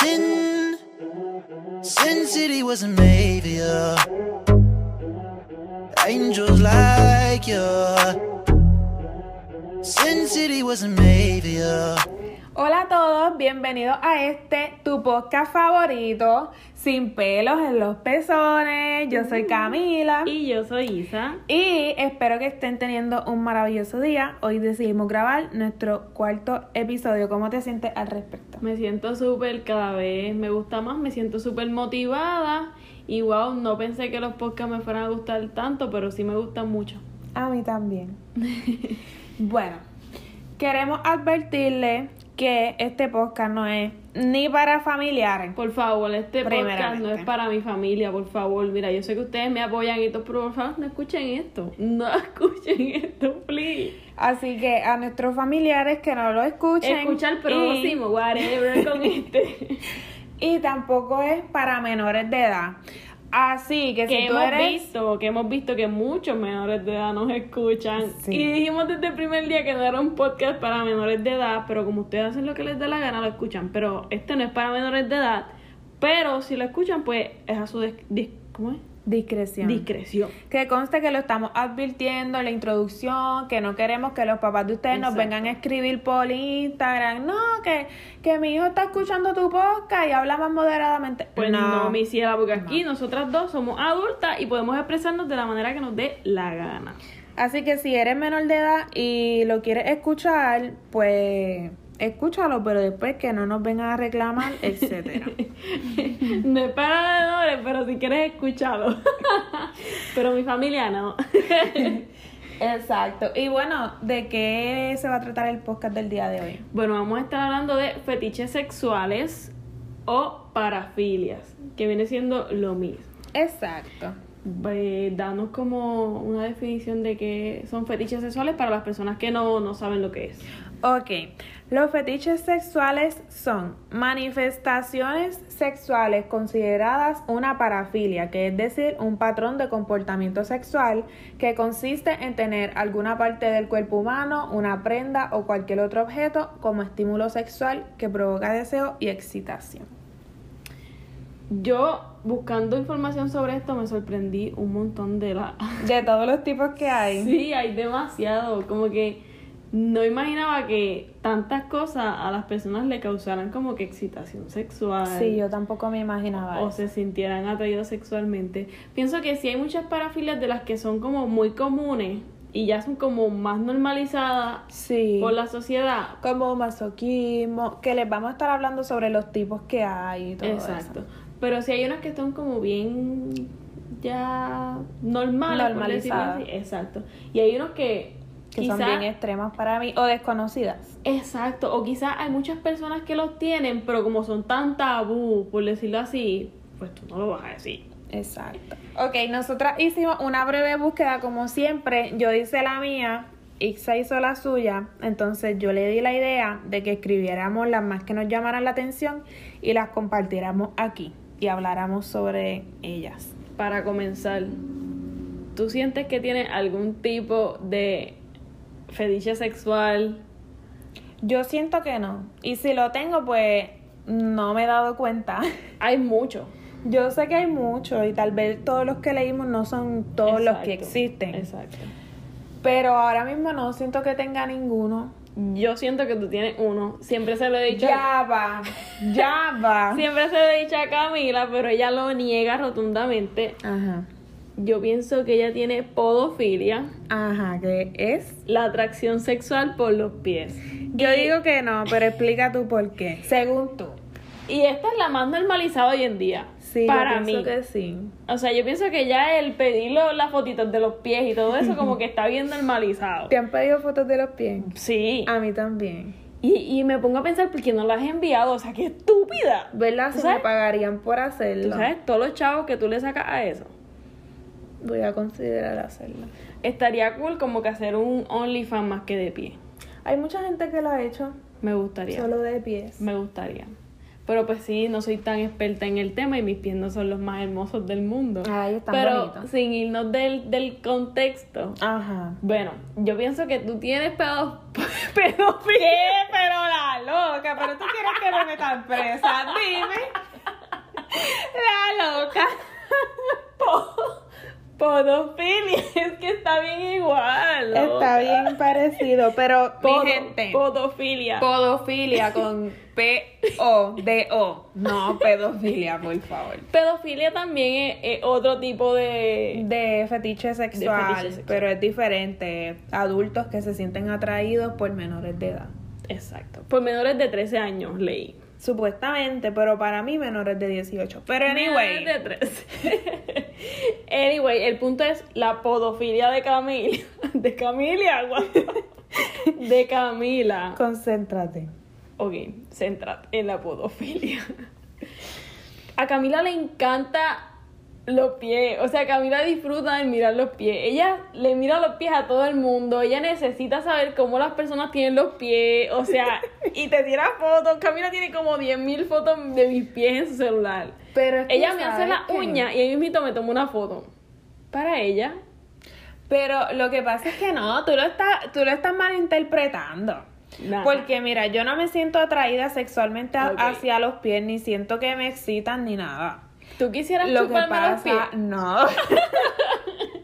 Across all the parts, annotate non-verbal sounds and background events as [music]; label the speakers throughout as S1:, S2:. S1: Sin, Sin City was a maybe. yeah. Angels like you. Sin City was a maybe. yeah.
S2: Hola a todos, bienvenidos a este tu podcast favorito, Sin pelos en los pezones. Yo soy Camila
S3: Y yo soy Isa.
S2: y espero que estén teniendo un maravilloso día. Hoy decidimos grabar nuestro cuarto episodio. ¿Cómo te sientes al respecto?
S3: Me siento súper cada vez, me gusta más, me siento súper motivada. Y wow, no pensé que los podcasts me fueran a gustar tanto, pero sí me gustan mucho.
S2: A mí
S3: [laughs]
S2: también. bueno, queremos advertirle que este podcast no es ni para familiares.
S3: Por favor, este podcast
S2: Primeramente.
S3: no es para mi familia, por favor. Mira, yo sé que ustedes me apoyan y todo, pero por favor, no escuchen esto. No [laughs] escuchen esto, please.
S2: Así que a nuestros familiares que no lo escuchen.
S3: Escucha el
S2: y-
S3: próximo, whatever, con este.
S2: y tampoco es para menores de edad. Así que,
S3: que
S2: si tú
S3: hemos
S2: eres
S3: visto, que hemos visto que muchos menores de edad nos escuchan.
S2: Sí.
S3: Y dijimos desde el primer día que no era un podcast para menores de edad, pero como ustedes hacen lo que les da la gana, lo escuchan. Pero este no es para menores de edad. Pero si lo escuchan, pues es a su dis- dis- ¿cómo es?
S2: discreción,
S3: discreción.
S2: que conste que lo estamos advirtiendo en la introducción, que no queremos que los papás de ustedes nos
S3: Exacto.
S2: vengan a escribir por Instagram, no, que, que mi hijo está escuchando tu podcast y habla más moderadamente.
S3: Pues no, me hiciera, porque
S2: No.
S3: aquí nosotras dos somos adultas y podemos expresarnos de la manera que nos dé la
S2: [laughs]
S3: gana.
S2: Así que si eres menor de edad y lo quieres escuchar, pues escúchalo, pero después que no nos vengan a reclamar, etcétera.
S3: [laughs] No es para menores, pero si quieres escucharlo. [laughs] pero mi familia no.
S2: Exacto. Y bueno, ¿de qué se va a tratar el podcast del día de hoy?
S3: Bueno, vamos a estar hablando de fetiches sexuales o parafilias, que viene siendo lo mismo.
S2: Exacto.
S3: Ve- danos como una definición de qué son fetiches sexuales para las personas que no, no saben lo que es.
S2: Ok, los fetiches sexuales son manifestaciones sexuales consideradas una parafilia, que es decir, un patrón de comportamiento sexual que consiste en tener alguna parte del cuerpo humano, una prenda o cualquier otro objeto como estímulo sexual que provoca deseo y excitación.
S3: Yo, buscando información sobre esto, me sorprendí un montón de la... [laughs]
S2: De todos los tipos que hay.
S3: Sí, hay demasiado, como que no imaginaba que tantas cosas a las personas le causaran como que excitación sexual.
S2: Sí, yo tampoco me imaginaba.
S3: o
S2: eso.
S3: se sintieran atraídos sexualmente. Pienso que sí hay muchas parafilias de las que son como muy comunes y ya son como más normalizadas
S2: Sí.
S3: por la sociedad.
S2: como masoquismo, que les vamos a estar hablando sobre los tipos que hay y todo
S3: Exacto. Pero sí hay unas que son como bien ya normales. por decirlo
S2: Normalizadas.
S3: así. Exacto. Y hay unos que...
S2: eso. Que son
S3: quizá-
S2: bien extremas para mí, o desconocidas.
S3: Exacto, o quizás hay muchas personas que los tienen, pero como son tan tabú, por decirlo así, pues tú no lo vas a decir.
S2: Exacto. Ok, nosotras hicimos una breve búsqueda, como siempre. Yo hice la mía, Ixa hizo la suya. Entonces yo le di la idea de que escribiéramos las más que nos llamaran la atención y las compartiéramos aquí y habláramos sobre ellas.
S3: Para comenzar, ¿tú sientes que tienes algún tipo de fetiche sexual?
S2: Yo siento que no. Y si lo tengo, pues no me he dado cuenta. [laughs]
S3: Hay mucho.
S2: Yo sé que hay muchos y tal vez todos los que leímos no son todos los que
S3: Exacto,
S2: existen.
S3: Exacto.
S2: Pero ahora mismo no siento que tenga ninguno.
S3: Yo siento que tú tienes uno. Siempre se lo he dicho.
S2: Ya va, ya
S3: [laughs]
S2: va.
S3: Siempre se lo he dicho a Camila, pero ella lo niega rotundamente.
S2: Ajá,
S3: Yo pienso que ella tiene podofilia,
S2: ajá, ¿qué es?
S3: la atracción sexual por los pies.
S2: Yo digo que no, pero explica tú por qué. Según tú.
S3: Y esta es la más normalizada hoy en día.
S2: Sí,
S3: para
S2: yo pienso
S3: mí.
S2: que sí.
S3: O sea, yo pienso que ya el pedir lo- las fotitos de los pies y todo eso, como que está bien normalizado.
S2: ¿Te han pedido fotos de los pies?
S3: Sí.
S2: A mí también.
S3: Y, y me pongo a pensar, ¿por qué no las has enviado? O sea, qué estúpida.
S2: ¿Verdad? Si
S3: ¿Tú
S2: me
S3: sabes?
S2: pagarían por
S3: Tú
S2: hacerlo.
S3: sabes, todos los chavos que tú le sacas a eso.
S2: Voy a considerar hacerlo.
S3: Estaría cool como que hacer un OnlyFans más que de pie.
S2: Hay mucha gente que lo ha hecho
S3: Me gustaría.
S2: solo de pies.
S3: Me gustaría. Pero pues sí, no soy tan experta en el tema y mis pies no son los más hermosos del mundo.
S2: Ay, están
S3: Pero
S2: bonitos.
S3: sin irnos del, del contexto,
S2: Ajá.
S3: Bueno, yo pienso que tú tienes pedo... [laughs] pedofilia.
S2: Pero la loca, pero tú quieres que me metan presa,
S3: [laughs] Podofilia, [laughs] es que está bien igual.
S2: Está
S3: loca.
S2: bien parecido, pero
S3: Podo-
S2: mi gente.
S3: Podofilia.
S2: Podofilia con P-O-D-O. No, pedofilia, por favor.
S3: Pedofilia también es, es otro tipo de.
S2: De fetiche sexual,
S3: sexual.
S2: pero es diferente. Adultos que se sienten atraídos por menores de edad.
S3: Exacto. Por menores de 13 años leí.
S2: Supuestamente, pero para mí menores de 18. Pero
S3: Menores
S2: anyway,
S3: De 13. [laughs] anyway, el punto es la podofilia de Camila. [laughs] De Camila,
S2: [laughs]
S3: guau. De Camila.
S2: concéntrate.
S3: Ok, céntrate en la podofilia. A Camila le encanta los pies, o sea, Camila disfruta de mirar los pies. Ella le mira los pies a todo el mundo, ella necesita saber cómo las personas tienen los pies, o
S2: [laughs]
S3: sea, y te tira fotos. Camila tiene como 10.000 fotos de mis pies en su celular.
S2: Pero es que
S3: Ella me hace
S2: ¿sabes
S3: la
S2: qué?
S3: uña y ahí mismo me toma una foto. Para ella.
S2: Pero lo que pasa es que no, tú lo estás, tú lo estás malinterpretando.
S3: Nada.
S2: Porque mira, yo no me siento atraída sexualmente a-
S3: Ok.
S2: hacia los pies, ni siento que me excitan ni nada.
S3: tú quisieras
S2: Lo que
S3: chuparme los pies. [laughs]
S2: pasa, no, [laughs]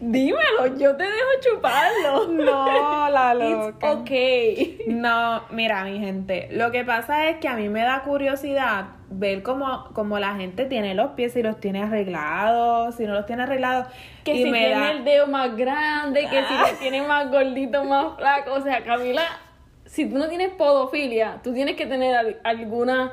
S3: Dímelo, yo te dejo chuparlo.
S2: no, la
S3: It's
S2: [laughs] loca.
S3: okay.
S2: No, mira, mi gente, lo que pasa es que a mí me da curiosidad ver cómo, cómo la gente tiene los pies, si los tiene arreglados, si no los tiene arreglados.
S3: Que
S2: y
S3: si
S2: me
S3: tiene
S2: da- Ah.
S3: el dedo más grande, que si te tiene más gordito, más flaco. O sea, Camila, si tú no tienes podofilia, tú tienes que tener al- alguna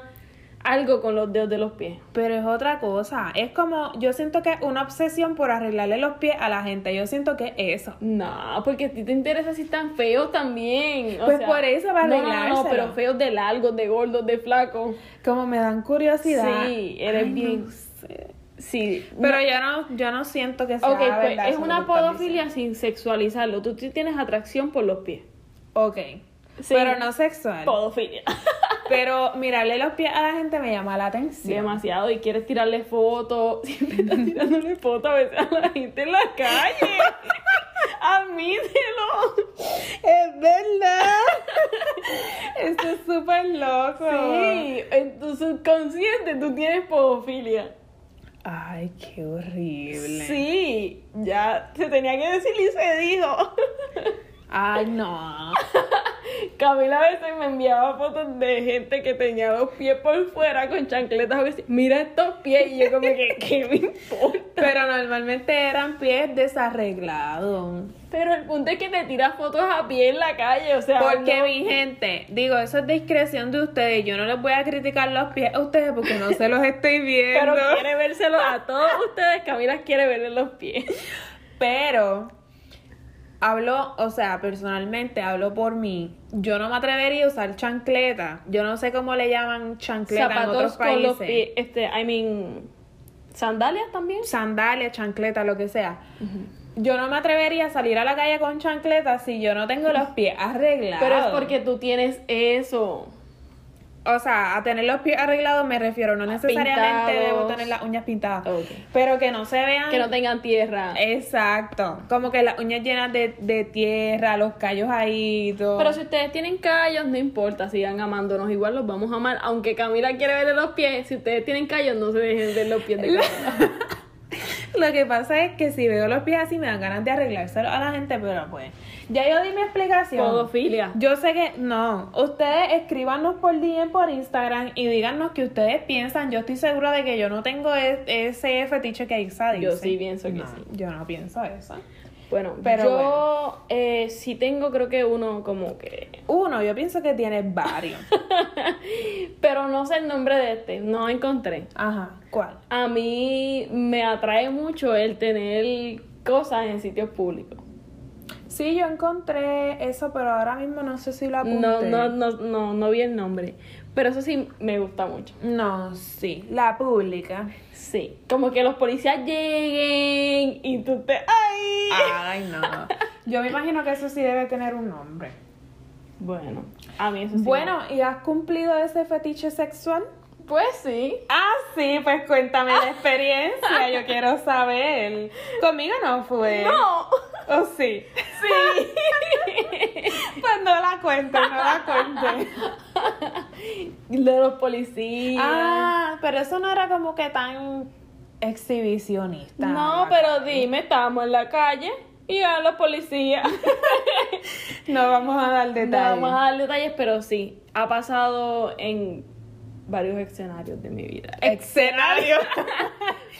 S3: algo con los dedos de los pies.
S2: Pero es otra cosa. Es como, yo siento que es una obsesión por arreglarle los pies a la gente. Yo siento que es eso.
S3: No, porque a ti te interesa si están feos también. O
S2: Pues
S3: sea,
S2: por eso va a
S3: no, no, No,
S2: arreglárselo.
S3: pero feos de largos, de gordos, de flacos.
S2: Como me dan curiosidad.
S3: Sí, eres
S2: Ay, no
S3: bien-
S2: sé.
S3: Sí.
S2: Pero
S3: no-
S2: yo no, yo no siento que sea
S3: Ok, pues
S2: verdad
S3: es
S2: eso
S3: una
S2: que tú estás
S3: podofilia sin sexualizarlo. Tú sí tienes atracción por los pies.
S2: diciendo. Ok.
S3: Sí.
S2: Pero no sexual.
S3: Podofilia.
S2: Pero mirarle los pies a la gente me llama la atención. [laughs]
S3: demasiado y quieres tirarle fotos. [laughs] Siempre estás tirándole fotos a veces a la gente en la calle. Admítelo.
S2: Es
S3: [laughs]
S2: verdad. Esto es súper loco.
S3: Sí, en tu subconsciente tú tienes podofilia.
S2: Ay, qué horrible.
S3: Sí, ya se tenía que decir y se dijo. [laughs]
S2: Ay, no.
S3: Camila a veces me enviaba fotos de gente que tenía dos pies por fuera con chancletas. A veces, mira estos pies. Y yo, como que, [laughs] ¿qué me importa?
S2: Pero normalmente eran pies desarreglados.
S3: Pero el punto es que te tiras fotos a pie en la calle. O sea,
S2: Porque
S3: no-
S2: mi gente, digo, eso es discreción de ustedes. Yo no les voy a criticar los pies a ustedes porque no se los estoy viendo.
S3: Pero quiere vérselo [laughs] a todos ustedes. Camila quiere verle los pies.
S2: Pero hablo, o sea, personalmente hablo por mí. Yo no me atrevería a usar chancleta. Yo no sé cómo le llaman chancleta en otros
S3: Zapatos
S2: países.
S3: con los pies. Este, I mean. Sandalias también.
S2: Sandalias, chancleta, lo que sea. Yo no me atrevería a salir a la calle con chancleta si yo no tengo los pies arreglados.
S3: Pero es porque tú tienes eso.
S2: O sea, a tener los pies arreglados me refiero, no necesariamente
S3: Ah, Pintados.
S2: debo tener las uñas pintadas,
S3: Ok.
S2: pero que no se vean.
S3: Que no tengan tierra.
S2: Exacto, como que las uñas llenas de, de tierra, los callos ahí y todo.
S3: Pero si ustedes tienen callos, no importa, sigan amándonos, igual los vamos a amar. Aunque Camila quiere verle los pies, si ustedes tienen callos, no se dejen ver los pies de [laughs] Camila.
S2: Lo que pasa es que si veo los pies así me dan ganas de arreglárselo a la gente, pero pues. Ya yo di mi explicación.
S3: Podofilia.
S2: Yo sé que no. Ustedes escríbanos por DM por Instagram y díganos que ustedes piensan. Yo estoy segura de que yo no tengo es- ese fetiche que Isa dice.
S3: Yo sí pienso que
S2: No,
S3: sí.
S2: Yo no pienso eso.
S3: Bueno,
S2: Pero
S3: yo eh, sí tengo, creo que uno como que.
S2: Uno, yo pienso que tiene
S3: [laughs]
S2: varios.
S3: Pero no sé el nombre de este, no encontré.
S2: Ajá. ¿Cuál?
S3: A mí me atrae mucho el tener cosas en sitios públicos.
S2: Sí, yo encontré eso, pero ahora mismo no sé si lo apunté.
S3: No, no, no, no, no vi el nombre. Pero eso sí me gusta mucho.
S2: No, sí. La pública.
S3: Sí. Como que los policías lleguen y tú te. ¡Ay!
S2: Ay,
S3: [laughs]
S2: no. Yo me imagino que eso sí debe tener un nombre.
S3: Bueno, a mí eso sí.
S2: Bueno, ¿y has cumplido ese fetiche sexual?
S3: me- pues sí.
S2: Ah, sí, pues cuéntame
S3: [laughs]
S2: la experiencia, yo quiero saber. Conmigo no fue.
S3: [laughs] No.
S2: ¿O sí?
S3: Sí.
S2: [laughs] Pues no la cuento, no la cuento.
S3: De los policías.
S2: Ah, pero eso no era como que tan exhibicionista.
S3: No, pero dime, estábamos en la calle y a los [laughs] policías.
S2: No vamos a dar
S3: No
S2: detalles.
S3: vamos a dar detalles, pero sí, ha pasado en varios escenarios de mi vida.
S2: [laughs] Escenario.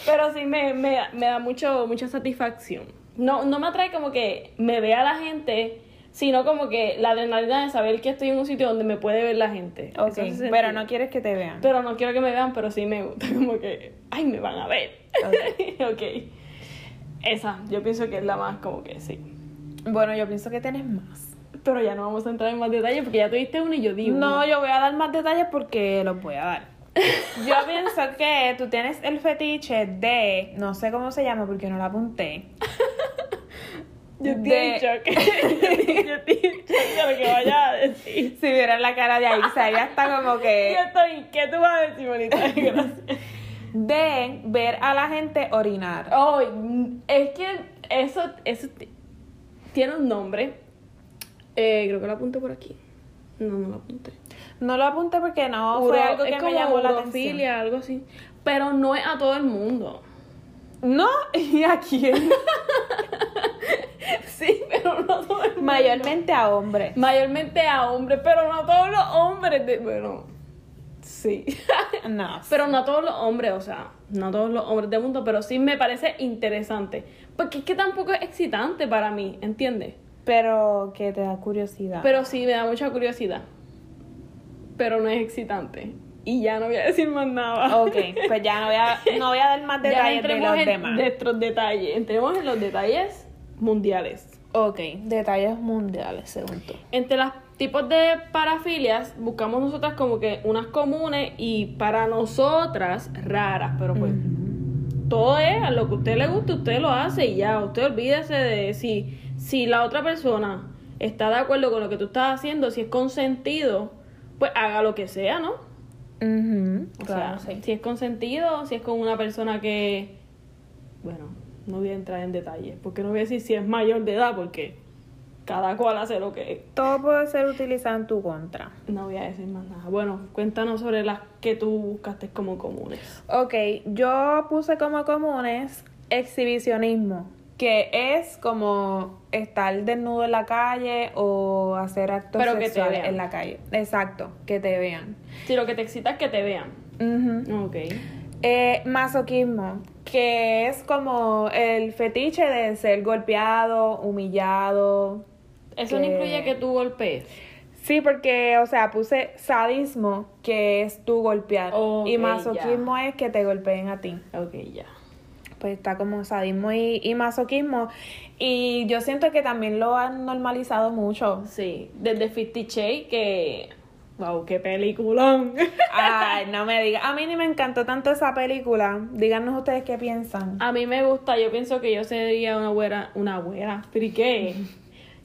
S3: Pero sí, me, me, me da mucho, mucha satisfacción. No, no me atrae como que me vea la gente, sino como que la adrenalina de saber que estoy en un sitio donde me puede ver la gente. Eso
S2: ok,
S3: hace sentido.
S2: pero no quieres que te vean.
S3: Pero no quiero que me vean, pero sí me gusta [laughs] como que, ay, me van a ver. [laughs] Ok. Esa, yo pienso que es la más como que sí.
S2: Bueno, yo pienso que tienes más.
S3: Pero ya no vamos a entrar en más detalles porque ya tuviste uno y yo di uno.
S2: No, yo voy a dar más detalles porque los voy a dar. [laughs] Yo pienso que tú tienes el fetiche de, no sé cómo se llama porque no lo apunté.
S3: Yo estoy
S2: de-
S3: en shock. [laughs] yo estoy en shock de lo que vaya a decir.
S2: Si vieran la cara de ahí, ella está como que
S3: Yo
S2: [laughs]
S3: estoy, ¿qué tú vas a decir, bonita? [laughs] Gracias.
S2: de ver a la gente orinar.
S3: Oh, es que eso, eso t- tiene un nombre. Eh, creo que lo apunté por aquí. No, no lo apunté.
S2: No lo apunté porque no fue
S3: Uro-
S2: algo que
S3: es
S2: me
S3: como
S2: llamó la
S3: urofilia,
S2: atención.
S3: algo así. Pero no es a todo el mundo.
S2: [laughs] No, [laughs] ¿y a quién?
S3: Sí, pero no a todo el mundo.
S2: Mayormente a hombres.
S3: Mayormente a hombres, pero no a todos los hombres. de- bueno, sí. [laughs]
S2: No.
S3: pero no a todos los hombres, o sea, no a todos los hombres del mundo, pero sí me parece interesante. Porque es que tampoco es excitante para mí, ¿entiendes?
S2: Pero que te da curiosidad.
S3: Pero sí me da mucha curiosidad. Pero no es excitante. Y ya no voy a decir más nada. [laughs]
S2: Ok, pues ya no voy a, no voy a dar más
S3: ya
S2: detalles de
S3: entremos
S2: los
S3: en
S2: demás.
S3: nuestros detalles. Entremos en los detalles mundiales.
S2: Ok, detalles mundiales, según tú.
S3: Entre los tipos de parafilias, buscamos nosotras como que unas comunes y para nosotras raras, pero pues todo es a lo que a usted le guste, usted lo hace y ya, usted olvídese de si, si la otra persona está de acuerdo con lo que tú estás haciendo, si es consentido, pues haga lo que sea, ¿no? O
S2: claro,
S3: sea,
S2: sí.
S3: si es consentido, si es con una persona que, bueno, no voy a entrar en detalles, porque no voy a decir si es mayor de edad, porque cada cual hace lo que...
S2: Todo puede ser utilizado en tu contra.
S3: No voy a decir más nada. Bueno, cuéntanos sobre las que tú buscaste como comunes.
S2: Ok, yo puse como comunes exhibicionismo, que es como estar desnudo en la calle o hacer actos
S3: Pero que te
S2: sexuales
S3: vean.
S2: en la calle. Exacto, que te vean.
S3: Si lo que te excita es que te vean.
S2: Ujú.
S3: Ok.
S2: Eh, masoquismo, que es como el fetiche de ser golpeado, humillado.
S3: Eso
S2: Que-
S3: no incluye que tú golpees.
S2: Sí, porque, o sea, puse sadismo, que es tú golpear.
S3: Ok,
S2: y masoquismo es que te golpeen a ti.
S3: Ok, ya.
S2: Pues está como sadismo y, y masoquismo. Y yo siento que también lo han normalizado mucho.
S3: Sí, desde 50 Shades que... ¡Wow, qué peliculón! [laughs]
S2: Ay, no me digas. A mí ni me encantó tanto esa película. Díganos ustedes qué piensan.
S3: A mí me gusta, yo pienso que yo sería una buena... Una buena, ¿pero y qué?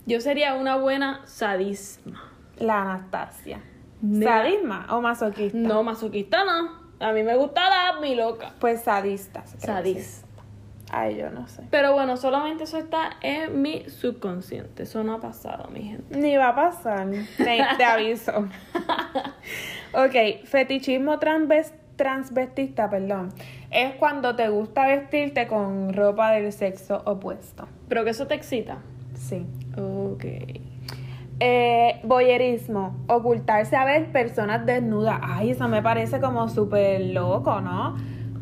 S3: Yo sería una buena sadisma.
S2: La Anastasia.
S3: Nena.
S2: ¿Sadisma o masoquista?
S3: No, masoquista no. A mí me gusta la mi loca.
S2: Pues sadistas. creo que sí.
S3: Sadis.
S2: Ay, yo no sé.
S3: Pero bueno, solamente eso está en mi subconsciente. Eso no ha pasado, mi gente.
S2: Ni va a pasar. Te,
S3: [laughs]
S2: te aviso. ok, fetichismo transves- transvestista, perdón. Es cuando te gusta vestirte con ropa del sexo opuesto.
S3: Pero que eso te excita.
S2: Sí.
S3: Ok.
S2: Eh, boyerismo, ocultarse a ver personas desnudas. Ay, eso me parece como súper loco, ¿no?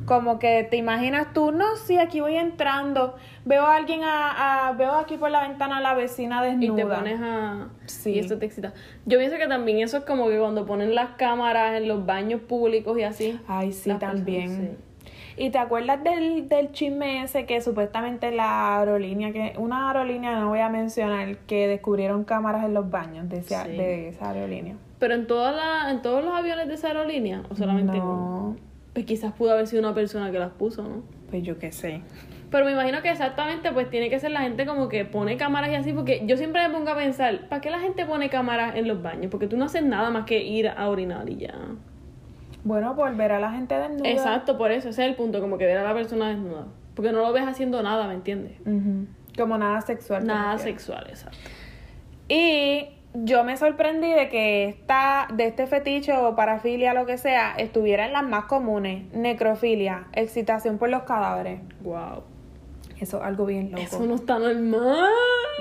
S2: Como que te imaginas tú, no, sí, aquí voy entrando, veo a alguien, a, a- veo aquí por la ventana a la vecina
S3: Y
S2: desnuda.
S3: te pones a...
S2: Sí.
S3: Y eso te excita. Yo pienso que también eso es como que cuando ponen las cámaras en los baños públicos y así.
S2: Ay, sí,
S3: Las personas,
S2: también. ¿Y te acuerdas del, del chisme ese que supuestamente la aerolínea, que una aerolínea no voy a mencionar, que descubrieron cámaras en los baños de, esa-
S3: Sí.
S2: de esa aerolínea?
S3: Pero en, toda la- en todos los aviones de esa aerolínea, o solamente en uno?
S2: no,
S3: Pues quizás pudo haber sido una persona que las puso, ¿no?
S2: pues yo qué sé.
S3: Pero me imagino que exactamente, pues tiene que ser la gente como que pone cámaras y así, porque yo siempre me pongo a pensar, ¿para qué la gente pone cámaras en los baños? Porque tú no haces nada más que ir a orinar y ya.
S2: Bueno, volver a la gente desnuda.
S3: Exacto, por eso, ese es el punto, como que ver a la persona desnuda. Porque no lo ves haciendo nada, ¿me entiendes?
S2: Ujú. Como nada sexual.
S3: Nada
S2: te refiero.
S3: sexual, exacto.
S2: Y yo me sorprendí de que esta, de este fetiche o parafilia, lo que sea, estuviera en las más comunes. Necrofilia, excitación por los cadáveres.
S3: Wow.
S2: Eso es algo bien loco.
S3: Eso no está normal.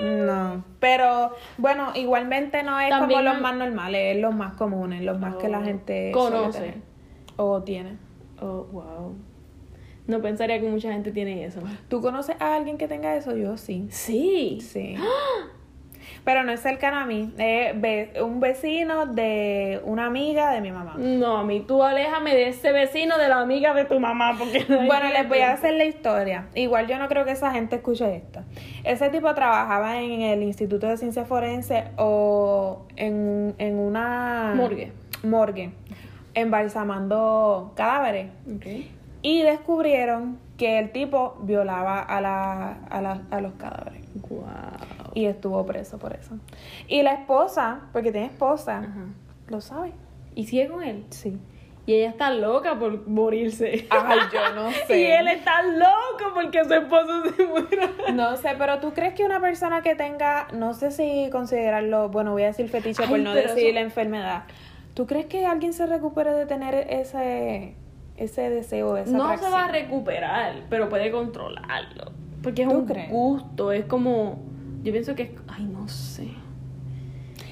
S2: No, pero bueno, igualmente no es
S3: También
S2: como los
S3: no-
S2: más normales, es los más comunes, los más que la
S3: Oh.
S2: gente
S3: Conoce.
S2: suele tener. o tiene.
S3: Oh, wow. No pensaría que mucha gente tiene eso.
S2: ¿Tú conoces a alguien que tenga eso? Yo sí.
S3: Sí. [gasps]
S2: Sí. Pero no es cercano a mí, es ve- un vecino de una amiga de mi mamá.
S3: No, a mí tú aléjame de ese vecino de la amiga de tu mamá porque
S2: Bueno, les voy a hacer la historia. Igual yo no creo que esa gente escuche esto. Ese tipo trabajaba en el Instituto de Ciencias Forenses o en, en una...
S3: Morgue.
S2: Morgue. Embalsamando cadáveres.
S3: Ok.
S2: Y descubrieron que el tipo violaba a, la, a, la- a los cadáveres.
S3: Wow.
S2: Y estuvo preso por eso. Y la esposa, porque tiene esposa,
S3: Ajá.
S2: lo sabe.
S3: ¿Y sigue con él?
S2: Sí.
S3: Y ella está loca por morirse.
S2: Ay, yo [laughs] no sé.
S3: [laughs] Y él está loco porque su esposo se [laughs] muera.
S2: No sé, pero tú crees que una persona que tenga, no sé si considerarlo, bueno, voy a decir fetiche
S3: Ay,
S2: por no
S3: pero
S2: decir
S3: eso-
S2: la enfermedad. ¿Tú crees que alguien se recupere de tener ese ese deseo, esa
S3: No se
S2: atracción?
S3: va a recuperar, pero puede controlarlo. Porque es
S2: ¿Tú
S3: un
S2: crees?
S3: gusto, es como. Yo pienso que es. Ay, no sé.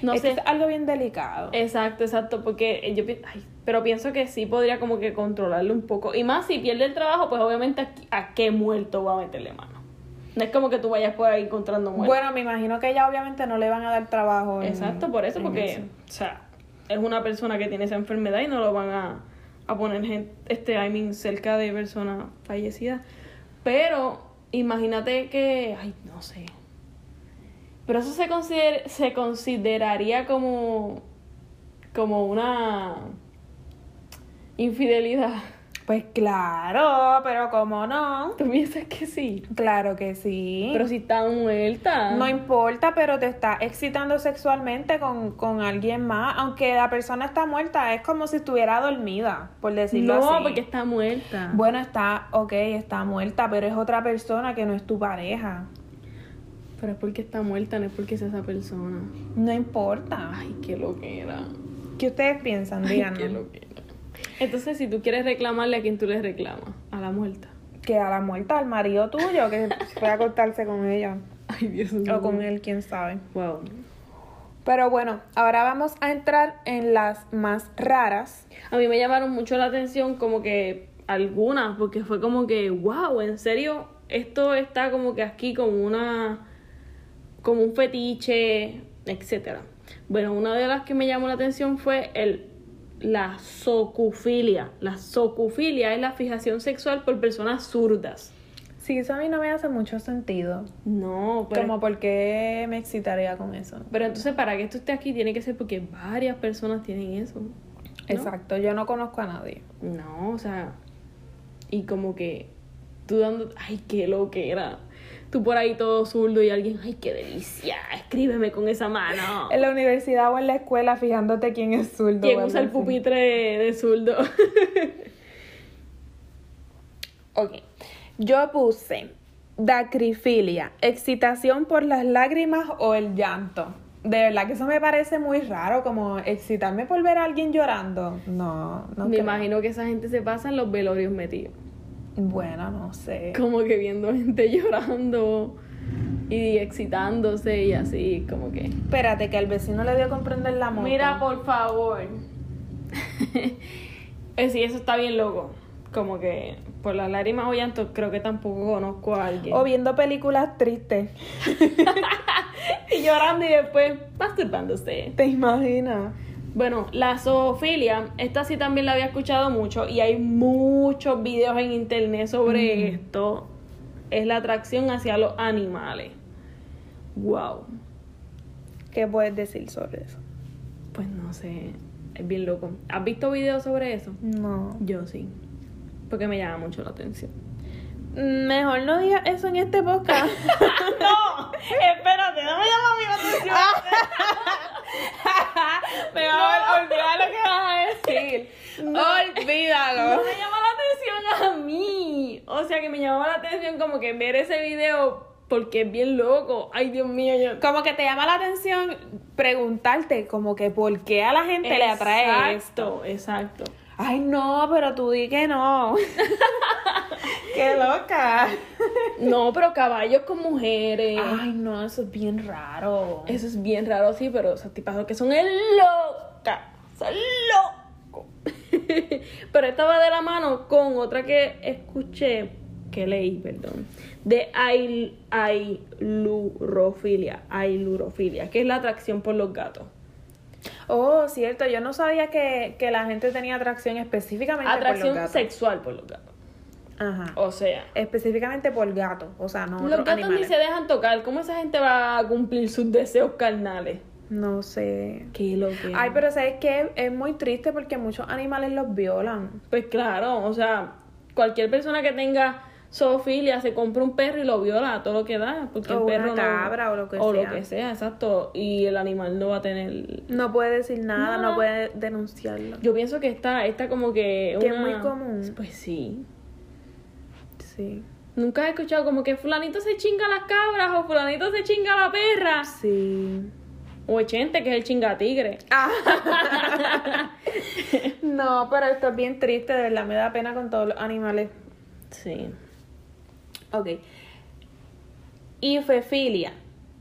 S3: No
S2: Es que
S3: sé.
S2: es algo bien delicado.
S3: Exacto, exacto, porque yo pi- ay, pero pienso que sí podría como que controlarlo un poco. Y más si pierde el trabajo, pues obviamente a, qui- a qué muerto va a meterle mano. No es como que tú vayas por ahí encontrando muertos.
S2: bueno, me imagino que ella obviamente no le van a dar trabajo. en-
S3: exacto, por eso,
S2: en
S3: porque, o sea, es una persona que tiene esa enfermedad y no lo van a, a poner gen- este, I mean, cerca de personas fallecidas. Pero, imagínate que, ay, no sé. Pero eso se consider- se consideraría como, como una infidelidad. [laughs]
S2: Pues claro, pero cómo no.
S3: ¿Tú piensas que sí?
S2: Claro que sí.
S3: Pero si está muerta.
S2: No importa, pero te está excitando sexualmente con, con alguien más. Aunque la persona está muerta, es como si estuviera dormida, por decirlo así.
S3: no, porque está muerta.
S2: Bueno, está, ok, está muerta, pero es otra persona que no es tu pareja.
S3: Pero es porque está muerta, no es porque sea esa persona.
S2: No importa.
S3: Ay, qué loquera.
S2: ¿Qué ustedes piensan?
S3: Ay, qué
S2: Díganos.
S3: loquera. Entonces, si tú quieres reclamarle, ¿a quién tú le reclamas? A la muerta.
S2: Que a la muerta, al marido tuyo, que fue a acostarse con ella.
S3: Ay, Dios
S2: O con él, quién sabe.
S3: Wow.
S2: Pero bueno, ahora vamos a entrar en las más raras.
S3: A mí me llamaron mucho la atención como que algunas, porque fue como que, wow, en serio, esto está como que aquí como una, como un fetiche, etcétera. Bueno, una de las que me llamó la atención fue el, la socufilia. La socufilia es la fijación sexual por personas zurdas.
S2: Sí, eso a mí no me hace mucho sentido.
S3: No, pero...
S2: Como, ¿por qué me excitaría con eso?
S3: Pero entonces, para que esto esté aquí, tiene que ser porque varias personas tienen eso. ¿no?
S2: Exacto, yo no conozco a nadie.
S3: No, o sea. Y como que tú dando. Ay, qué loquera. Tú por ahí todo zurdo y alguien. Ay, qué delicia. Escríbeme con esa mano.
S2: En la universidad o en la escuela, fijándote quién es zurdo.
S3: Ah. [laughs] ¿Quién
S2: o algo
S3: usa el
S2: así.
S3: pupitre de zurdo?
S2: Ok. Yo puse dacrifilia, excitación por las lágrimas o el llanto. De verdad que eso me parece muy raro, como excitarme por ver a alguien llorando. No, no
S3: [laughs] Me
S2: creo.
S3: imagino que esa gente se pasa en los velorios metidos.
S2: Bueno, no sé.
S3: Como que viendo gente [laughs] llorando y excitándose y así, como que.
S2: Espérate, que al vecino le dio a comprender la moto.
S3: Mira, por [laughs] favor. Eh, sí, eso está bien loco. Como que por las lágrimas o llanto, creo que tampoco conozco a alguien.
S2: O viendo películas tristes. [laughs]
S3: Y llorando y después masturbándose.
S2: ¿Te imaginas?
S3: Bueno, la zoofilia, esta sí también la había escuchado mucho y hay muchos videos en internet sobre esto. Es la atracción hacia los animales. Wow.
S2: ¿Qué puedes decir sobre eso?
S3: Pues no sé, es bien loco. ¿Has visto videos sobre eso?
S2: No.
S3: Yo sí. Porque me llama mucho la atención.
S2: Mejor no digas eso en este [laughs] podcast.
S3: No, espérate, no me llama mi atención.
S2: Ah, Mejor olvida lo que vas a decir. Olvídalo.
S3: No me llama la atención a mí. O sea que me llamaba la atención como que ver ese video porque es bien loco. Ay, Dios mío, yo...
S2: Como que te llama la atención preguntarte como que por qué a la gente le atrae esto.
S3: Exacto, exacto.
S2: Ay, no, pero tú di que [laughs] no. qué loca.
S3: No, pero caballos con mujeres.
S2: Ay, no, eso es bien raro.
S3: Eso es bien raro, sí, pero esos tipazos que son es loca. Son loco. [laughs] pero esta va de la mano con otra que escuché, que leí, perdón, de ail- ailurofilia. Ailurofilia, que es la atracción por los gatos.
S2: Oh, cierto, yo no sabía que, que la gente tenía atracción específicamente por los
S3: Atracción
S2: gatos.
S3: sexual por los gatos.
S2: Ajá.
S3: O sea,
S2: Específicamente por gato, o sea, no
S3: los
S2: otros
S3: gatos ni
S2: animales.
S3: se dejan tocar. ¿Cómo esa gente va a cumplir sus deseos carnales?
S2: No sé.
S3: Qué loco.
S2: Ay, pero sabes que es muy triste porque muchos animales los violan.
S3: Pues claro, o sea, cualquier persona que tenga zoofilia se compra un perro y lo viola a todo lo que da, porque
S2: O
S3: el
S2: una
S3: perro no-
S2: cabra o lo que sea.
S3: exacto, y el animal no va a tener
S2: No puede decir nada, no,
S3: No.
S2: puede denunciarlo.
S3: Yo pienso que está está como que
S2: Que es
S3: una-
S2: muy común.
S3: Pues sí.
S2: Sí.
S3: Nunca he escuchado como que fulanito se chinga las cabras o fulanito se chinga la perra
S2: Sí.
S3: o gente que es el chinga tigre.
S2: Ah. [laughs] No, pero esto es bien triste, de verdad me da pena con todos los animales.
S3: Sí.
S2: Ok. Ifefilia.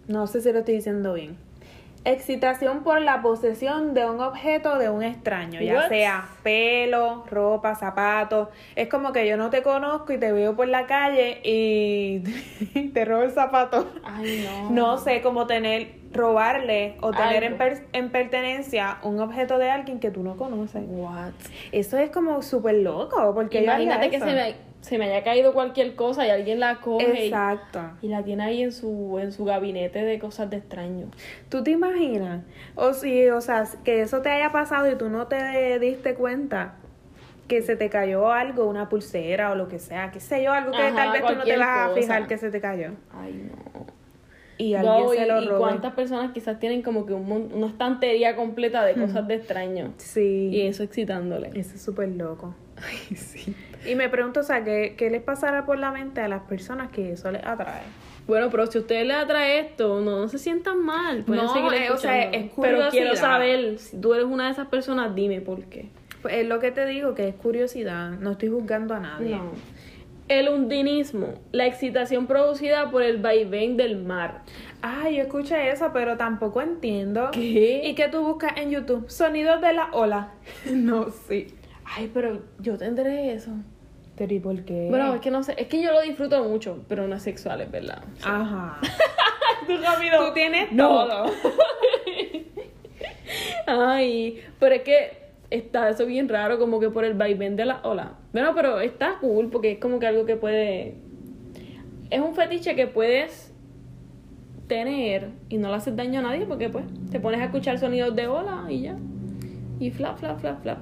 S2: No sé si lo estoy diciendo bien. Excitación por la posesión de un objeto de un extraño, ya
S3: What?
S2: sea pelo, ropa, zapatos. Es como que yo no te conozco y te veo por la calle y [laughs] te robo el zapato.
S3: Ay, no.
S2: No sé cómo tener, robarle o tener en,
S3: Ah. Algo.
S2: per- en pertenencia un objeto de alguien que tú no conoces.
S3: What?
S2: Eso es como súper loco, porque yo haría
S3: Imagínate que
S2: eso.
S3: se me, se me haya caído cualquier cosa y alguien la coge y-
S2: Exacto.
S3: y, la tiene ahí en su, en su gabinete de cosas de extraños.
S2: ¿Tú te imaginas? O si, o sea, que eso te haya pasado y tú no te diste cuenta que se te cayó algo, una pulsera o lo que sea, qué sé yo, algo que
S3: Ajá,
S2: tal vez tú no te
S3: cualquier
S2: vas a
S3: cosa.
S2: fijar que se te cayó.
S3: Ay, no.
S2: Y alguien
S3: Wow,
S2: se lo
S3: y, y
S2: robó.
S3: cuántas personas quizás tienen como que un mon- una estantería completa de cosas de extraños.
S2: Sí.
S3: Y eso excitándole.
S2: Eso es súper loco.
S3: Ay, sí.
S2: Y me pregunto, o sea, ¿qué, qué les pasará por la mente a las personas que eso les atrae?
S3: Bueno, pero si a ustedes les atrae esto, no, no se sientan mal. Pueden
S2: No,
S3: seguir
S2: eh, o sea,
S3: escuchándolo.
S2: es curiosidad.
S3: Pero quiero saber, si tú eres una de esas personas, dime por qué.
S2: Pues es lo que te digo, que es curiosidad. No estoy juzgando a nadie.
S3: No. El undinismo, la excitación producida por el vaivén del mar.
S2: Ah, yo escuché eso, pero tampoco entiendo.
S3: ¿Qué?
S2: ¿Y qué tú buscas en YouTube? Sonidos de la
S3: [laughs]
S2: ola. no, sí.
S3: Ay, pero yo tendré eso.
S2: Pero ¿y por qué?
S3: Bueno, es que no sé, es que yo lo disfruto mucho, pero no es sexual, es verdad.
S2: Ajá.
S3: [laughs] Tú rápido.
S2: tú tienes
S3: No.
S2: todo.
S3: [laughs] Ay, pero es que está eso bien raro, como que por el vaivén de la ola. Bueno, pero está cool porque es como que algo que puede. Es un fetiche que puedes tener y no le haces daño a nadie porque, pues, te pones a escuchar sonidos de ola y ya. Y flap, flap, flap, flap.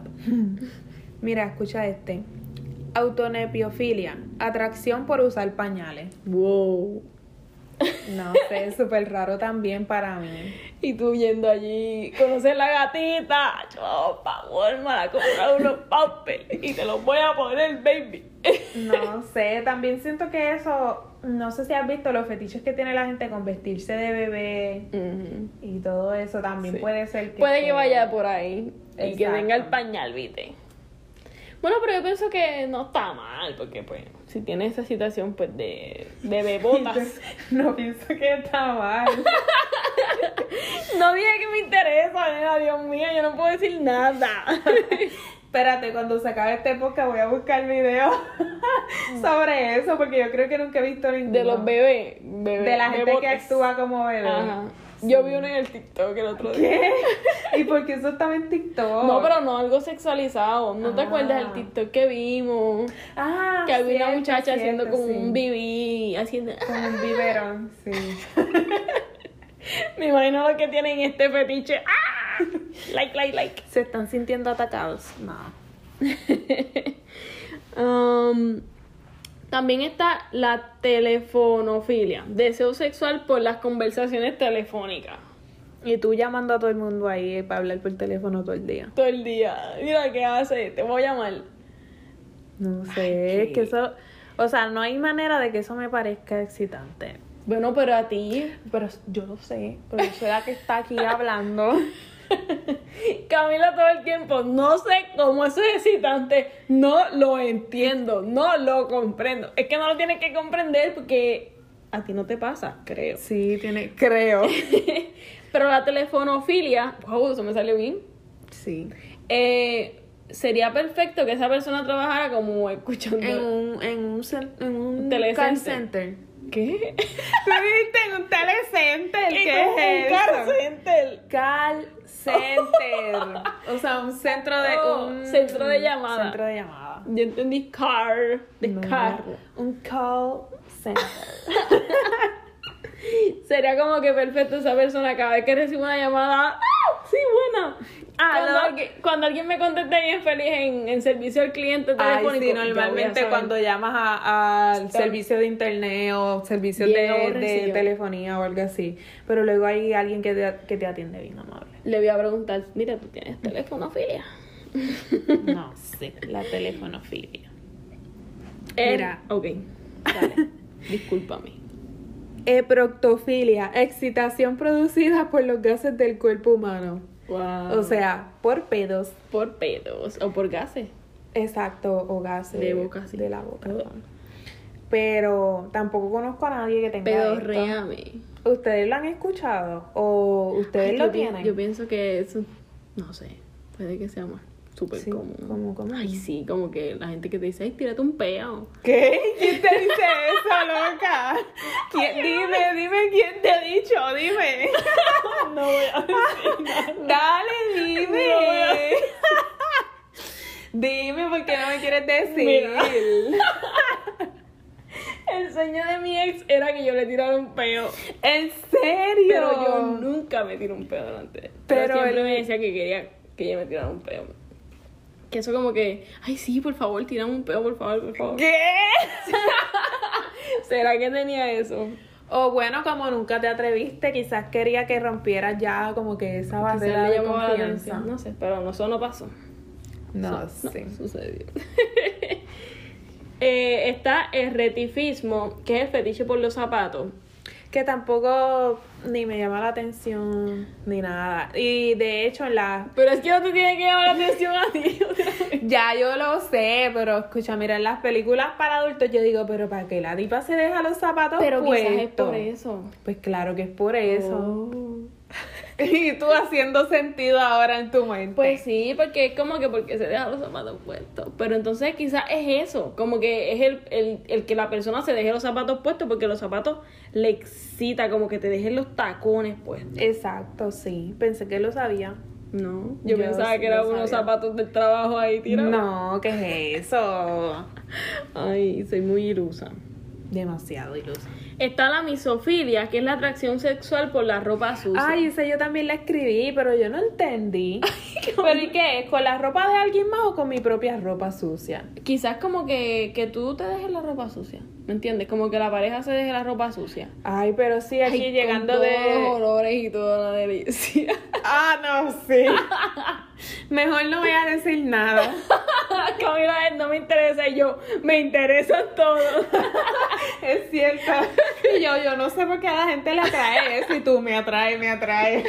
S2: Mira, escucha este. Autonepiofilia. Atracción por usar pañales.
S3: Wow.
S2: No sé, es súper raro también para mí.
S3: Y tú yendo allí, conoces la gatita. Yo, pa' Walmart a comprar unos pampers y te los voy a poner, baby. [laughs]
S2: No sé, también siento que eso... No sé si has visto los fetiches que tiene la gente con vestirse de bebé y todo eso. También
S3: Sí.
S2: puede ser que...
S3: Puede que
S2: sea-
S3: vaya por ahí y que
S2: Exacto.
S3: tenga el pañal, viste. Bueno, pero yo pienso que no está mal, porque pues, si tiene esa situación pues de,
S2: [laughs]
S3: de bebotas.
S2: No pienso que está mal.
S3: [laughs] no dije que me interesa, nena, Dios mío, yo no puedo decir nada.
S2: [laughs] Espérate, cuando se acabe este podcast voy a buscar video [laughs] sobre eso, porque yo creo que nunca he visto ninguno.
S3: de los bebés, bebés,
S2: De la gente que
S3: bebotes.
S2: actúa como bebé.
S3: Ajá. Yo vi uno en el TikTok el otro día.
S2: ¿Qué? [laughs] ¿Y por qué eso estaba en TikTok?
S3: No, pero no algo sexualizado. ¿No te
S2: Ah.
S3: acuerdas del TikTok que vimos?
S2: Ah,
S3: que había una
S2: cierto,
S3: muchacha haciendo
S2: cierto,
S3: como
S2: sí.
S3: un bibí, haciendo...
S2: Como un biberón, sí.
S3: Me imagino lo que tienen este fetiche. ¡Ah! Like, like, like.
S2: [laughs] ¿Se están sintiendo atacados? No.
S3: Um, también está la telefonofilia. Deseo sexual por las conversaciones telefónicas.
S2: Y tú llamando a todo el mundo ahí para hablar por teléfono todo el día.
S3: Todo el día. Mira qué hace. Te voy a llamar.
S2: No sé, es que eso... O sea, no hay manera de que eso me parezca excitante.
S3: Bueno, pero a ti, pero yo lo sé,
S2: Pero yo soy la que está aquí hablando.
S3: Camila todo el tiempo, no sé cómo eso es excitante, no lo entiendo, no lo comprendo. Es que no lo tienes que comprender porque a ti no te pasa, creo.
S2: [laughs] Sí, tiene, creo.
S3: Pero la telefonofilia, wow, eso me salió bien.
S2: Sí.
S3: Eh, sería perfecto que esa persona trabajara como escuchando.
S2: En
S3: [laughs]
S2: un, en un, cen- en un
S3: Telecenter.
S2: call center.
S3: ¿Qué?
S2: [laughs] ¿Tú viste en un telecenter?
S3: como
S2: ¿Qué es
S3: un car
S2: eso?
S3: center.
S2: Call center. O sea, un centro de.
S3: Oh,
S2: un
S3: centro de llamada.
S2: Centro de llamada.
S3: Yo entendí car, de
S2: No,
S3: car.
S2: Un call center.
S3: [laughs] Sería como que perfecto esa persona cada vez que recibe una llamada. ¡Ah! ¡Sí, buena!
S2: Ah,
S3: cuando,
S2: no.
S3: alguien, cuando alguien me contesta bien feliz en, en servicio al cliente
S2: Ay,
S3: telefónico.
S2: sí,
S3: ya voy a
S2: normalmente
S3: saber.
S2: cuando llamas a- al
S3: Está-
S2: servicio de internet o servicios
S3: Bien
S2: de, de
S3: aborrecido.
S2: telefonía o algo así. Pero luego hay alguien que te, que te atiende bien amable.
S3: [laughs] Le voy a preguntar, mira, tú tienes teléfono, filia.
S2: No sé, la telefonofilia. Mira.
S3: Eh, ok. Dale. Discúlpame.
S2: [laughs] Eproctofilia, excitación producida por los gases del cuerpo humano.
S3: Wow.
S2: O sea, por pedos.
S3: por pedos o por gases.
S2: Exacto, o gases.
S3: De boca, sí.
S2: De la boca.
S3: Oh.
S2: Pero tampoco conozco a nadie que tenga esto.
S3: Pedorreame.
S2: ¿Ustedes lo han escuchado? ¿O ustedes
S3: Ay,
S2: lo
S3: yo pi-
S2: tienen?
S3: Yo pienso que eso, no sé, puede que sea más súper
S2: Sí,
S3: común.
S2: como común.
S3: Pues, Ay, sí, como que la gente que te dice, ay, tírate un peo.
S2: ¿Qué? ¿Quién te dice eso,
S3: [laughs]
S2: loca? ¿Quién- dime, dime quién te ha dicho,
S3: [laughs]
S2: dime.
S3: No voy a
S2: Dale, dime.
S3: No voy a-
S2: [laughs] dime por qué no me quieres decir.
S3: [laughs] El sueño de mi ex era que yo le tirara un peo.
S2: ¿En serio?
S3: Pero yo nunca me tiro un peo delante. de él. Pero,
S2: Pero
S3: siempre
S2: él-
S3: me decía que quería que ella me tirara un peo. Que eso como que, ay sí, por favor, tírame un peo, por favor, por favor.
S2: ¿Qué?
S3: ¿Será que tenía eso?
S2: O bueno, como nunca te atreviste, quizás quería que rompieras ya como que esa
S3: Quizás
S2: barrera
S3: le
S2: de
S3: llamaba la
S2: confianza.
S3: atención, no sé, pero no, eso no pasó.
S2: No,
S3: Eso no
S2: sí.
S3: sucedió. [laughs] Eh, está el retifismo, que es el fetiche por los zapatos.
S2: Que tampoco ni me llama la atención ni nada. Y de hecho, en la
S3: Pero es que no te tiene que llamar la atención a ti. [laughs]
S2: Ya yo lo sé, pero escucha, mira, en las películas para adultos yo digo, pero ¿para qué la tipa se deja los zapatos puestos?
S3: eso.
S2: Pues claro que es por eso.
S3: Oh.
S2: [laughs] Y tú haciendo sentido ahora en tu mente.
S3: Pues sí, porque es como que porque se deja los zapatos puestos. Pero entonces quizás es eso, como que es el, el, el que la persona se deje los zapatos puestos porque los zapatos le excita, como que te dejen los tacones puestos.
S2: Exacto, sí. Pensé que lo sabía.
S3: No,
S2: Yo
S3: yo, pensaba
S2: sí
S3: que eran
S2: lo
S3: unos
S2: sabía.
S3: zapatos del trabajo ahí tirados.
S2: No, ¿qué es eso?
S3: Ay, soy muy ilusa.
S2: Demasiado iluso.
S3: Está la misofilia, que es la atracción sexual por la ropa sucia.
S2: Ay, esa yo también la escribí, pero yo no
S3: [laughs]
S2: entendí. ¿Pero y qué? es? ¿Con la ropa de alguien más o con mi propia ropa sucia?
S3: Quizás como que, que tú te dejes la ropa sucia, ¿me entiendes? Como que la pareja se deje la ropa sucia.
S2: Ay, pero sí, aquí
S3: Ay,
S2: llegando
S3: con
S2: de...
S3: todos los olores y toda la [laughs] delicia.
S2: Ah, no, sí. [laughs] Mejor no voy a decir
S3: [laughs]
S2: nada.
S3: Camila, no me interesa y yo, me interesan todos.
S2: [laughs] Es
S3: [laughs]
S2: cierto. Y yo, yo no sé por qué a la gente le atrae eso y tú me atrae, me
S3: [laughs]
S2: atrae.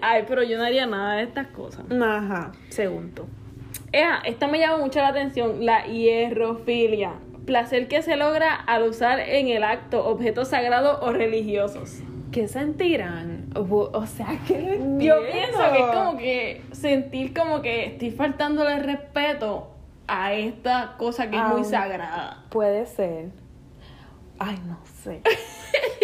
S3: Ay, pero yo no haría nada de estas cosas.
S2: Ajá, según tú.
S3: Ea, esta me llama mucho la atención, la hierrofilia. Placer que se logra al usar en el acto objetos sagrados o religiosos.
S2: ¿Qué sentirán? O, o sea, que
S3: Yo pienso que es como que sentir como que estoy faltándole el respeto a esta cosa que es
S2: Ah,
S3: muy
S2: un-
S3: sagrada.
S2: Puede ser. Ay, no
S3: [laughs]
S2: sé.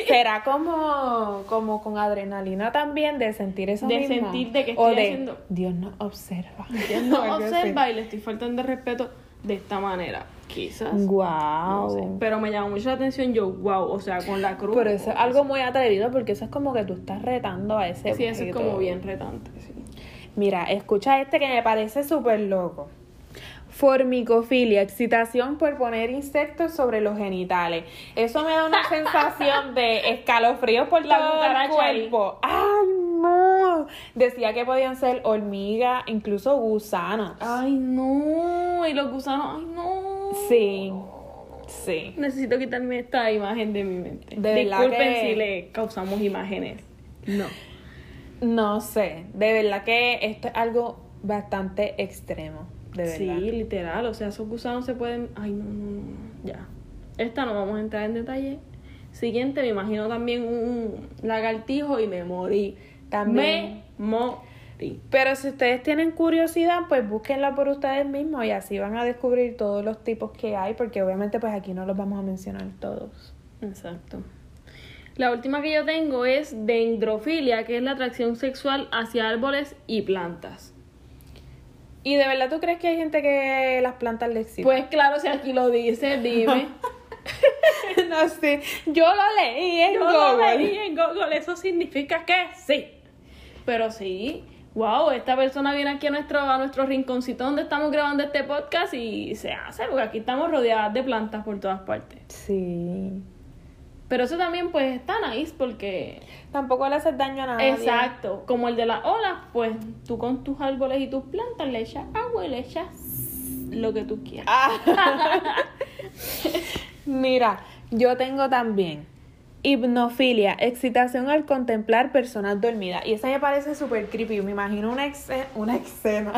S2: Será como, como con adrenalina también de sentir eso
S3: De
S2: mismo?
S3: sentir de que
S2: O
S3: estoy
S2: de,
S3: haciendo-
S2: Dios no observa.
S3: [laughs]
S2: [laughs]
S3: Dios no observa y le estoy faltando el respeto de esta manera. Quizás.
S2: Wow.
S3: No sé, pero me llamó mucho la atención yo, wow, o sea, con la cruz.
S2: Por eso
S3: o-
S2: es algo muy atrevido porque eso es como que tú estás retando a ese
S3: Sí, eso es
S2: objeto.
S3: como bien retante. sí.
S2: Mira, escucha este que me parece súper loco. Formicofilia, excitación por poner insectos sobre los genitales. Eso me da
S3: [laughs]
S2: una sensación de escalofrío por
S3: La
S2: todo el
S3: cucaracha ahí.
S2: cuerpo. ¡Ay, no! Decía que podían ser hormigas, incluso gusanos.
S3: Ay, no. Y los gusanos, ay, no.
S2: Sí. Sí.
S3: Necesito quitarme esta imagen de mi mente.
S2: De verdad
S3: Disculpen
S2: que-
S3: si le causamos imágenes. No.
S2: No sé, de verdad que esto es algo bastante extremo, de verdad.
S3: Sí, literal. O sea, esos gusanos se pueden. Ay, no, no, no. Ya. Esta no vamos a entrar en detalle. Siguiente, me imagino también un lagartijo y me morí.
S2: También.
S3: Me morí.
S2: Pero si ustedes tienen curiosidad, pues búsquenla por ustedes mismos y así van a descubrir todos los tipos que hay, porque obviamente pues aquí no los vamos a mencionar todos.
S3: Exacto. La última que yo tengo es dendrofilia, que es la atracción sexual hacia árboles y plantas.
S2: ¿Y de verdad tú crees que hay gente que las plantas le existen?
S3: Pues claro, si aquí lo dice, dime.
S2: [laughs] no sé, yo lo leí en
S3: [laughs] Yo lo
S2: Google.
S3: leí en Google, eso significa que sí. Pero sí, wow, esta persona viene aquí a nuestro, a nuestro rinconcito donde estamos grabando este podcast y se hace, porque aquí estamos rodeadas de plantas por todas partes.
S2: Sí.
S3: Pero eso también pues está nice porque...
S2: Tampoco le haces daño a
S3: Ah,
S2: nadie.
S3: Exacto, como el de las olas, pues tú con tus árboles y tus plantas le echas agua y le echas lo que tú quieras.
S2: Ah. [laughs]
S3: Ah.
S2: Mira, yo tengo también hipnofilia, excitación al contemplar personas dormidas. Y esa me parece súper creepy. Me imagino una, exce- una escena.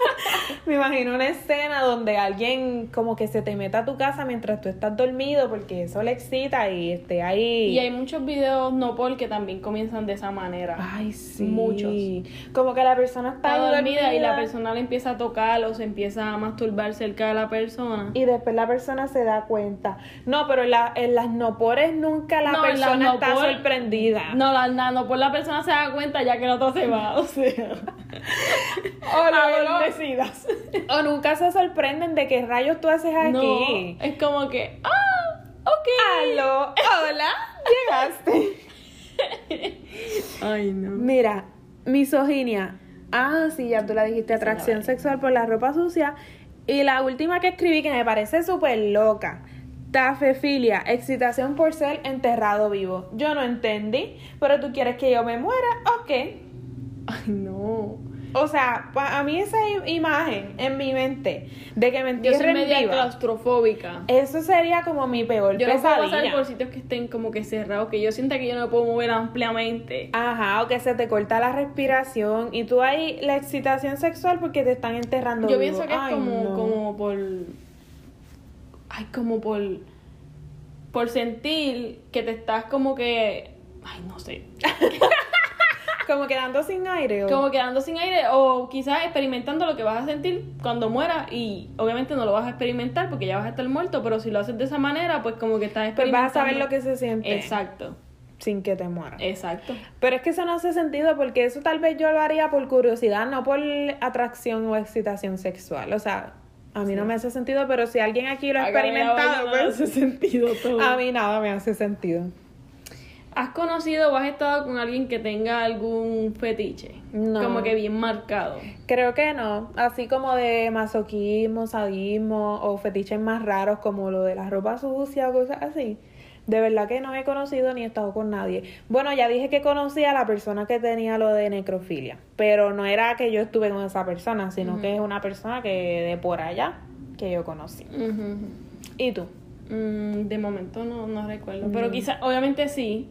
S2: [laughs] me imagino una escena donde alguien como que se te meta a tu casa mientras tú estás dormido porque eso le excita y esté ahí.
S3: [laughs] Y hay muchos videos no por que también comienzan de esa manera.
S2: Ay, sí.
S3: Muchos.
S2: Como que la persona está,
S3: está
S2: ahí
S3: dormida y la persona le empieza a tocar o se empieza a masturbar cerca de la persona.
S2: y después la persona se da cuenta. No, pero la- en las nopores nunca la
S3: No, en las
S2: persona está
S3: nopor-
S2: sorprendida.
S3: no, la, la- no, por la persona se da cuenta ya que el otro se va, o sea,
S2: O, la verdad-
S3: adormecidas.
S2: o nunca se sorprenden de qué rayos tú haces aquí.
S3: No, es como que, ah, ok.
S2: Aló, hola, [laughs] llegaste.
S3: Ay, no.
S2: Mira, misoginia. Ah, sí, ya tú la dijiste, atracción
S3: vale.
S2: sexual por la ropa sucia. Y la última que escribí que me parece súper loca. Tafefilia, excitación por ser enterrado vivo. Yo no entendí, pero tú quieres que yo me muera, ok.
S3: Ay, no.
S2: O sea, pa- a mí esa i- imagen en mi mente de que me
S3: Yo soy
S2: entierren
S3: media
S2: viva,
S3: claustrofóbica.
S2: eso sería como mi peor
S3: Yo no puedo
S2: pesadilla.
S3: pasar por sitios que estén como que cerrados, que yo sienta que yo no me puedo mover ampliamente.
S2: Ajá, o que se te corta la respiración y tú ahí la excitación sexual porque te están enterrando.
S3: Yo
S2: vivo.
S3: pienso que es
S2: Ay,
S3: como,
S2: no.
S3: como por. Ay, como por. Por sentir que te estás como que. Ay, no sé.
S2: Como quedando sin aire. ¿o?
S3: Como quedando sin aire o quizás experimentando lo que vas a sentir cuando mueras y obviamente no lo vas a experimentar porque ya vas a estar muerto, pero si lo haces de esa manera, pues como que estás
S2: Pues
S3: experimentando.
S2: vas a saber lo que se siente
S3: Exacto,
S2: sin que te mueras.
S3: exacto.
S2: Pero es que eso no hace sentido porque eso tal vez yo lo haría por curiosidad, no por atracción o excitación sexual. O sea, a mí no me hace sentido, pero si alguien aquí lo ha
S3: Acá me da
S2: experimentado,
S3: vaina, no
S2: pues
S3: hace sentido todo.
S2: a mí nada me hace sentido.
S3: ¿Has conocido o has estado con alguien que tenga algún fetiche?
S2: No.
S3: Como que bien marcado.
S2: Creo que no, así como de masoquismo, sadismo o fetiches más raros como lo de la ropa sucia o cosas así. De verdad que no he conocido ni he estado con nadie. Bueno, ya dije que conocí a la persona que tenía lo de necrofilia, pero no era que yo estuve con esa persona, sino que es una persona que de por allá que yo conocí.
S3: Ujú.
S2: ¿Y tú?
S3: Mm, de momento no, no recuerdo. Pero quizás, obviamente sí.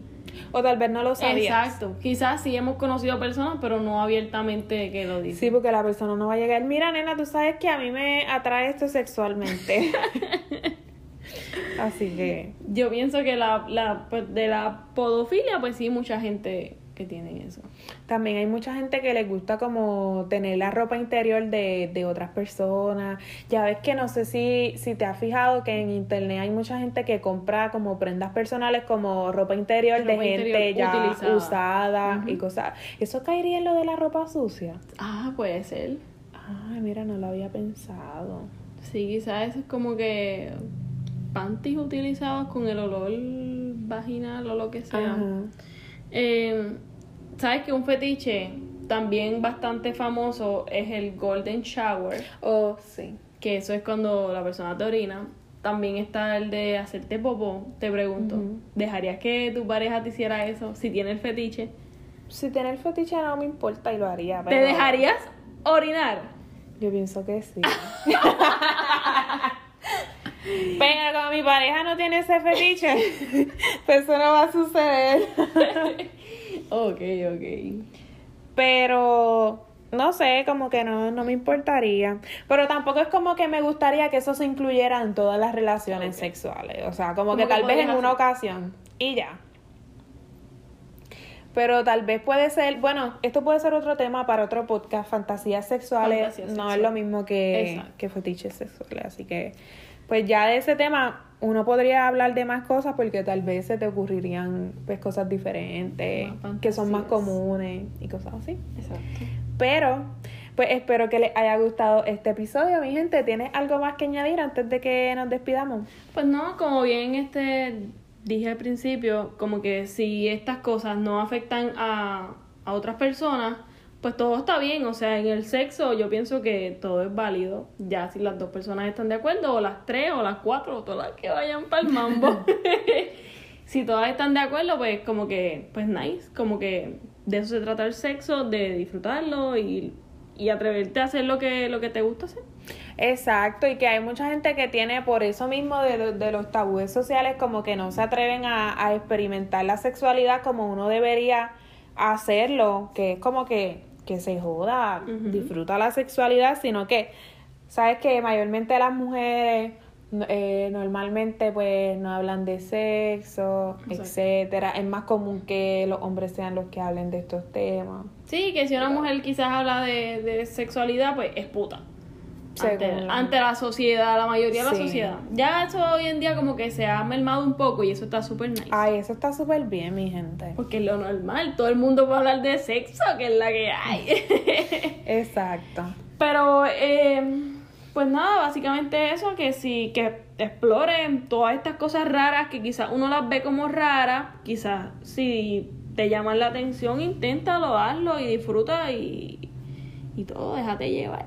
S2: O tal vez no lo sabías.
S3: Exacto. Quizás sí hemos conocido personas, pero no abiertamente que lo
S2: Sí,
S3: dicen.
S2: porque la persona no va a llegar. Mira, nena, tú sabes que a mí me atrae esto sexualmente. así que...
S3: Yo pienso que la, la, pues, de la podofilia, pues sí, mucha gente que tiene eso.
S2: También hay mucha gente que les gusta como tener la ropa interior de, de otras personas. Ya ves que no sé si, si te has fijado que en internet hay mucha gente que compra como prendas personales como ropa interior de
S3: Ropa
S2: gente
S3: interior
S2: ya
S3: utilizada.
S2: usada y
S3: Ujú.
S2: cosas. ¿Eso caería en lo de la ropa sucia?
S3: Ah, puede ser.
S2: Ay, mira, no lo había pensado.
S3: Sí, quizás eso es como que panties utilizados con el olor vaginal o lo que sea.
S2: Ajá.
S3: Eh, ¿Sabes que un fetiche también bastante famoso es el golden shower?
S2: Oh, sí.
S3: que eso es cuando la persona te orina. También está el de hacerte popó. Te pregunto,
S2: Ujú.
S3: ¿dejarías que tu pareja te hiciera eso si tiene el fetiche?
S2: Si tener fetiche no me importa y lo haría.
S3: ¿Te
S2: pero
S3: dejarías orinar?
S2: Yo pienso que sí. pero como a mí mi pareja no tiene ese fetiche, [laughs] pues eso no va a suceder.
S3: Ok, ok.
S2: Pero no sé, como que no, no me importaría. Pero tampoco es como que me gustaría que eso se incluyera en todas las relaciones
S3: Ok.
S2: sexuales. O sea, como,
S3: Como
S2: que,
S3: que
S2: tal vez en
S3: podrías
S2: una
S3: hacer-
S2: ocasión. Y ya. Pero tal vez puede ser, bueno, esto puede ser otro tema para otro podcast, fantasías sexuales.
S3: Fantasías
S2: no es
S3: sexuales.
S2: lo mismo que,
S3: Exacto.
S2: que fetiches sexuales. Así que, pues ya de ese tema, uno podría hablar de más cosas porque tal vez se te ocurrirían pues cosas diferentes,
S3: Más
S2: que son más
S3: fantasías.
S2: comunes y cosas así.
S3: Exacto.
S2: Pero, pues espero que les haya gustado este episodio, mi gente. ¿Tienes algo más que añadir antes de que nos despidamos?
S3: Pues no, como bien este dije al principio, como que si estas cosas no afectan a, a otras personas, pues todo está bien. O sea, en el sexo yo pienso que todo es válido. Ya si las dos personas están de acuerdo, o las tres, o las cuatro, o todas las que vayan para el mambo. si todas están de acuerdo, pues como que, pues nice. Como que de eso se trata el sexo, de disfrutarlo y, y atreverte a hacer lo que, lo que te gusta hacer.
S2: Exacto, y que hay mucha gente que tiene por eso mismo de, lo- de los tabúes sociales como que no se atreven a, a experimentar la sexualidad como uno debería hacerlo, que es como que, que se joda,
S3: Ujú.
S2: disfruta la sexualidad, sino que, sabes que mayormente las mujeres no- eh, normalmente pues no hablan de sexo,
S3: Exacto.
S2: etcétera, es más común que los hombres sean los que hablen de estos temas.
S3: Sí, que si una mujer quizás habla de, de sexualidad, pues es puta. Ante,
S2: Según la-
S3: ante la sociedad, la mayoría de
S2: Sí.
S3: la sociedad. Ya eso hoy en día como que se ha mermado un poco y eso está súper nice.
S2: Ay, eso está súper bien, mi gente.
S3: Porque es lo normal, todo el mundo va a hablar de sexo, que es la
S2: [laughs]
S3: que hay.
S2: Exacto.
S3: Pero, eh, pues nada, básicamente eso, que si que exploren todas estas cosas raras que quizás uno las ve como raras, quizás si te llaman la atención, inténtalo, hazlo y disfruta y, y todo, déjate llevar.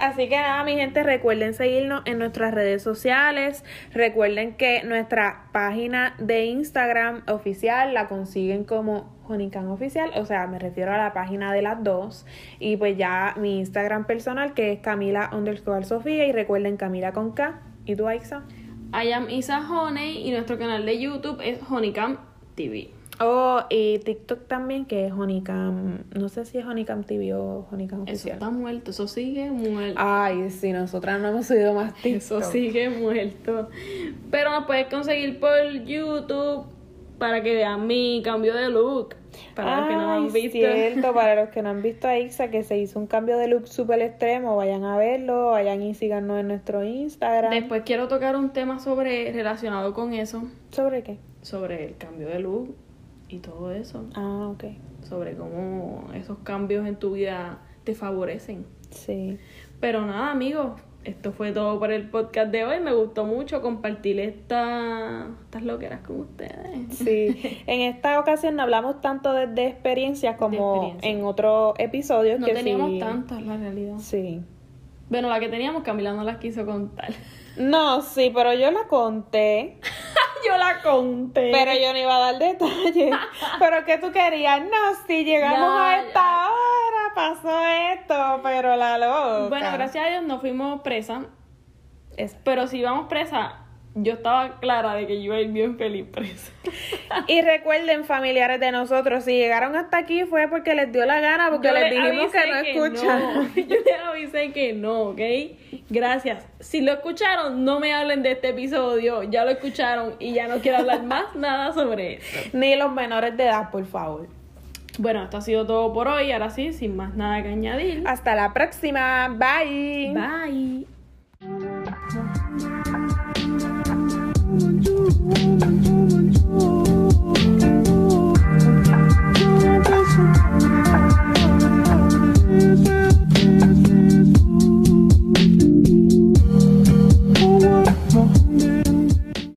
S2: Así que nada, mi gente, recuerden seguirnos en nuestras redes sociales. Recuerden que nuestra página de Instagram oficial la consiguen como Honican Oficial, o sea, me refiero a la página de las dos. Y pues ya mi Instagram personal que es Camila underscore Sofía. Y recuerden Camila con K. ¿Y tú, Aixa?
S3: I am Isa Honey y nuestro canal de YouTube es Honeycam TV.
S2: Oh, y TikTok también que es Honeycam. No sé si es Honeycam TV o Honeycam
S3: Eso
S2: Oficial.
S3: está muerto, eso sigue muerto.
S2: Ay, sí, nosotras no hemos subido más TikTok.
S3: Eso sigue muerto. Pero nos puedes conseguir por YouTube para que vean mi cambio de look. Para los que no lo
S2: Ay,
S3: han visto.
S2: cierto,
S3: [laughs]
S2: para los que no han visto a Ixa que se hizo un cambio de look súper extremo, vayan a verlo, vayan y síganos en nuestro Instagram.
S3: Después quiero tocar un tema sobre relacionado con eso,
S2: ¿Sobre qué?
S3: sobre el cambio de look y todo eso,
S2: Ah, ok.
S3: sobre cómo esos cambios en tu vida te favorecen. [laughs]
S2: Sí.
S3: Pero nada, amigos, esto fue todo por el podcast de hoy. Me gustó mucho compartir esta, estas loqueras con ustedes.
S2: Sí. en esta ocasión no hablamos tanto de, de experiencias como
S3: experiencias.
S2: en otros episodios
S3: No
S2: que
S3: teníamos
S2: sí-
S3: tantas, la realidad.
S2: Sí.
S3: Bueno, la que teníamos, Camila no las quiso contar. [laughs]
S2: No, sí, pero yo la conté,
S3: yo la conté.
S2: pero yo no iba a dar
S3: [laughs]
S2: detalles. pero que tú querías, no, sí, llegamos
S3: No,
S2: a
S3: ya.
S2: esta hora, pasó esto, pero la loca.
S3: Bueno, gracias a Dios no fuimos presas.
S2: Esa.
S3: Pero si íbamos presas, yo estaba clara de que yo iba a ir bien feliz presa.
S2: [laughs] Y recuerden, familiares de nosotros, si llegaron hasta aquí fue porque les dio la gana, porque
S3: Yo
S2: les
S3: le
S2: dijimos que
S3: avisé
S2: no escuchan. [laughs]
S3: no. [laughs] Yo les avisé que no, ¿ok? Gracias. Si lo escucharon, no me hablen de este episodio. Ya lo escucharon y ya no quiero hablar más [laughs] nada sobre eso.
S2: Ni los menores de edad, por favor.
S3: Bueno, esto ha sido todo por hoy. Ahora sí, sin más nada que añadir.
S2: Hasta la próxima. Bye.
S3: Bye.